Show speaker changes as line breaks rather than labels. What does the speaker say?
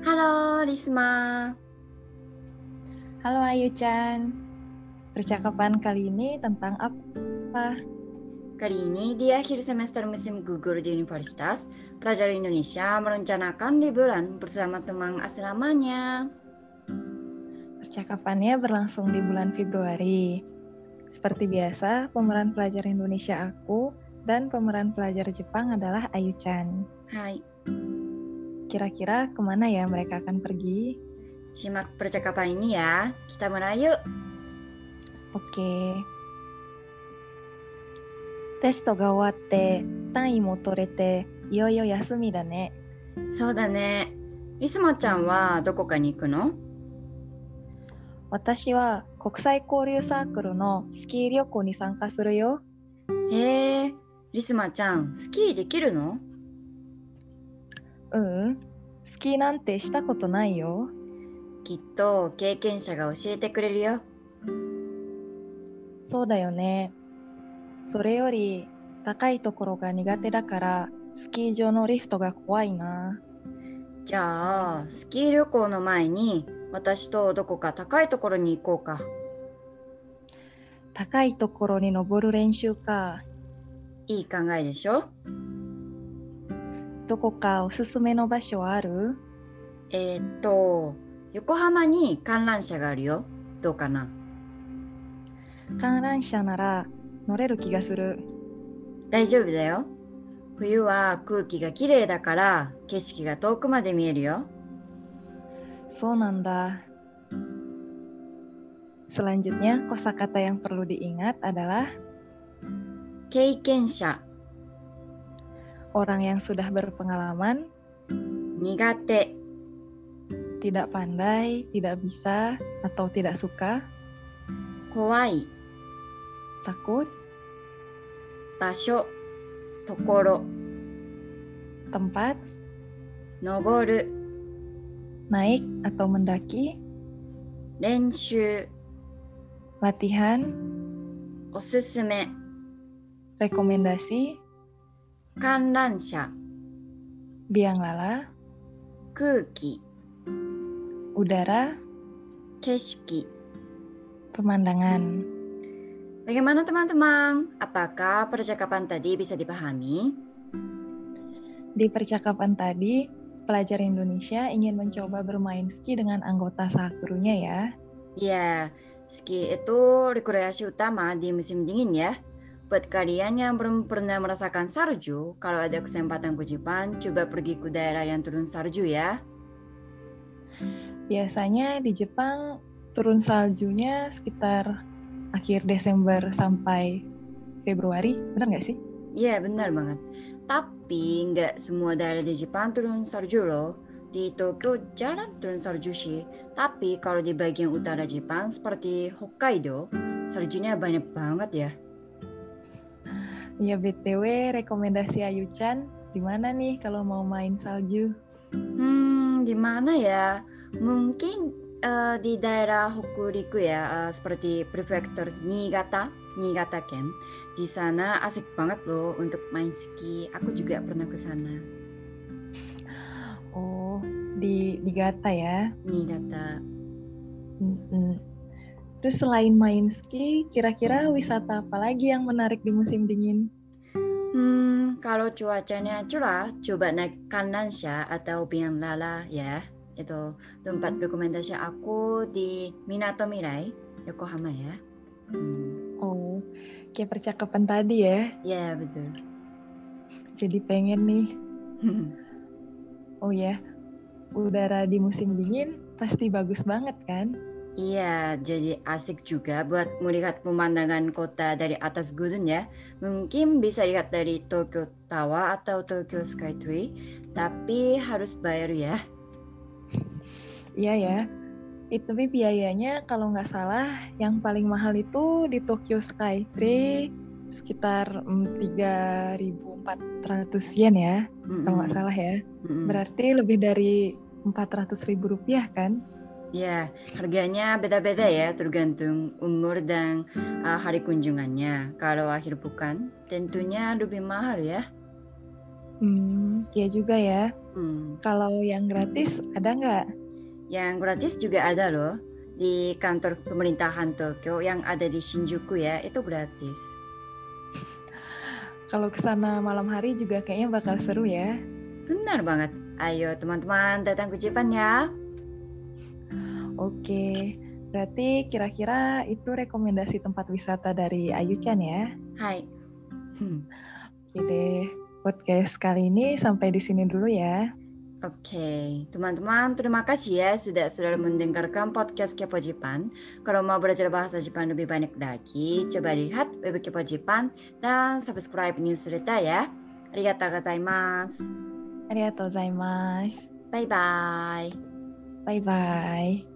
Halo Risma.
Halo Ayu Chan. Percakapan kali ini tentang apa?
Kali ini di akhir semester musim gugur di universitas, pelajar Indonesia merencanakan liburan bersama teman asramanya.
Percakapannya berlangsung di bulan Februari. Seperti biasa, pemeran pelajar Indonesia aku dan pemeran pelajar Jepang adalah Ayu Chan.
Hai,
Kira-kira kemana ya mereka akan pergi?
simak percakapan ini ya. Kita mulai yuk.
Oke.テストが終わって、単位も取れて、いよいよ休みだね。
そうだね。リスマちゃんはどこかに行くの
私は国際交流サークルのスキー旅行に参加するよ。
へえ、リスマちゃん、スキーできるの
ううん、スキーなんてしたことないよ。
きっと経験者が教えてくれるよ。
そうだよね。それより高いところが苦手だから、スキー場のリフトが怖いな。
じゃあ、スキー旅行の前に私とどこか高いところに行こうか。
高いところに登る練習か。
いい考えでしょ
どこかおすすめの場所はある
えーっと、横浜に観覧車があるよ。どうかな
観覧車なら乗れる気がする。
大丈夫だよ。冬は空気がきれいだから景色が遠くまで見えるよ。
そうなんだ。Selanjutnya, kosakata yang perlu diingat adalah
経験者、
orang yang sudah berpengalaman,
苦手、
tidak pandai, tidak bisa, atau tidak suka,
怖い、
takut,
場所、ところ、
tempat,
登る、
naik atau mendaki,
練習、
latihan,
おすすめ、
rekomendasi,
観覧車、
biang lala,
空気、
udara,
景色。
pemandangan.
Bagaimana teman-teman? Apakah percakapan tadi bisa dipahami?
Di percakapan tadi, pelajar Indonesia ingin mencoba bermain ski dengan anggota sakurunya ya.
Ya, ski itu rekreasi utama di musim dingin ya. Buat kalian yang belum pernah merasakan salju, kalau ada kesempatan ke Jepang, coba pergi ke daerah yang turun salju ya.
Biasanya di Jepang turun saljunya sekitar akhir Desember sampai Februari, benar nggak sih?
Iya, benar banget. Tapi nggak semua daerah di Jepang turun salju loh. Di Tokyo jarang turun salju sih. Tapi kalau di bagian utara Jepang seperti Hokkaido, saljunya banyak banget ya.
Ya BTW rekomendasi Ayu Chan, di mana nih kalau mau main salju?
Hmm, di mana ya? Mungkin eh, di daerah Hokuriku ya, eh, seperti prefektur Niigata, Niigata Ken. Di sana asik banget loh untuk main ski. Aku juga pernah ke sana,
Oh, di di Gata ya.
Niigata.
Mm-mm. Terus selain main ski, kira-kira wisata apa lagi yang menarik di musim dingin?
Hmm, kalau cuacanya cerah, coba naik Kanansha atau Biang Lala ya. Itu tempat rekomendasi aku di Minato Mirai, Yokohama ya. Hmm,
Oh, kayak percakapan tadi ya.
ya betul.
Jadi pengen nih. Oh ya, udara di musim dingin pasti bagus banget kan?
Iya, jadi asik juga buat melihat pemandangan kota dari atas gunung ya. Mungkin bisa lihat dari Tokyo Tower atau Tokyo Skytree, tapi harus bayar ya.
Iya ya. Itu tapi biayanya kalau nggak salah yang paling mahal itu di Tokyo Skytree sekitar mm, 3.400 yen ya, kalau
Hmm.
nggak salah ya.
Mm-mm.
Berarti lebih dari 400 ribu rupiah kan?
Ya, harganya beda-beda ya, tergantung umur dan uh, hari kunjungannya. Kalau akhir bukan, tentunya lebih mahal ya.
Hmm, iya juga ya.
Hmm.
Kalau yang gratis ada nggak?
yang gratis juga ada loh di kantor pemerintahan Tokyo yang ada di Shinjuku ya itu gratis.
Kalau ke sana malam hari juga kayaknya bakal seru ya.
Benar banget. Ayo teman-teman datang ke Jepang ya.
Oke, berarti kira-kira itu rekomendasi tempat wisata dari Ayu-chan ya.
Hai. Hmm,
Oke deh, podcast kali ini sampai di sini dulu ya.
Oke, teman-teman terima kasih ya sudah selalu mendengarkan podcast Kepo Jepang. Kalau mau belajar bahasa Jepang lebih banyak lagi, coba lihat web Kepo Jepang dan subscribe newsletter ya. Arigatou gozaimasu.
Arigatou gozaimasu.
Bye bye.
Bye-bye.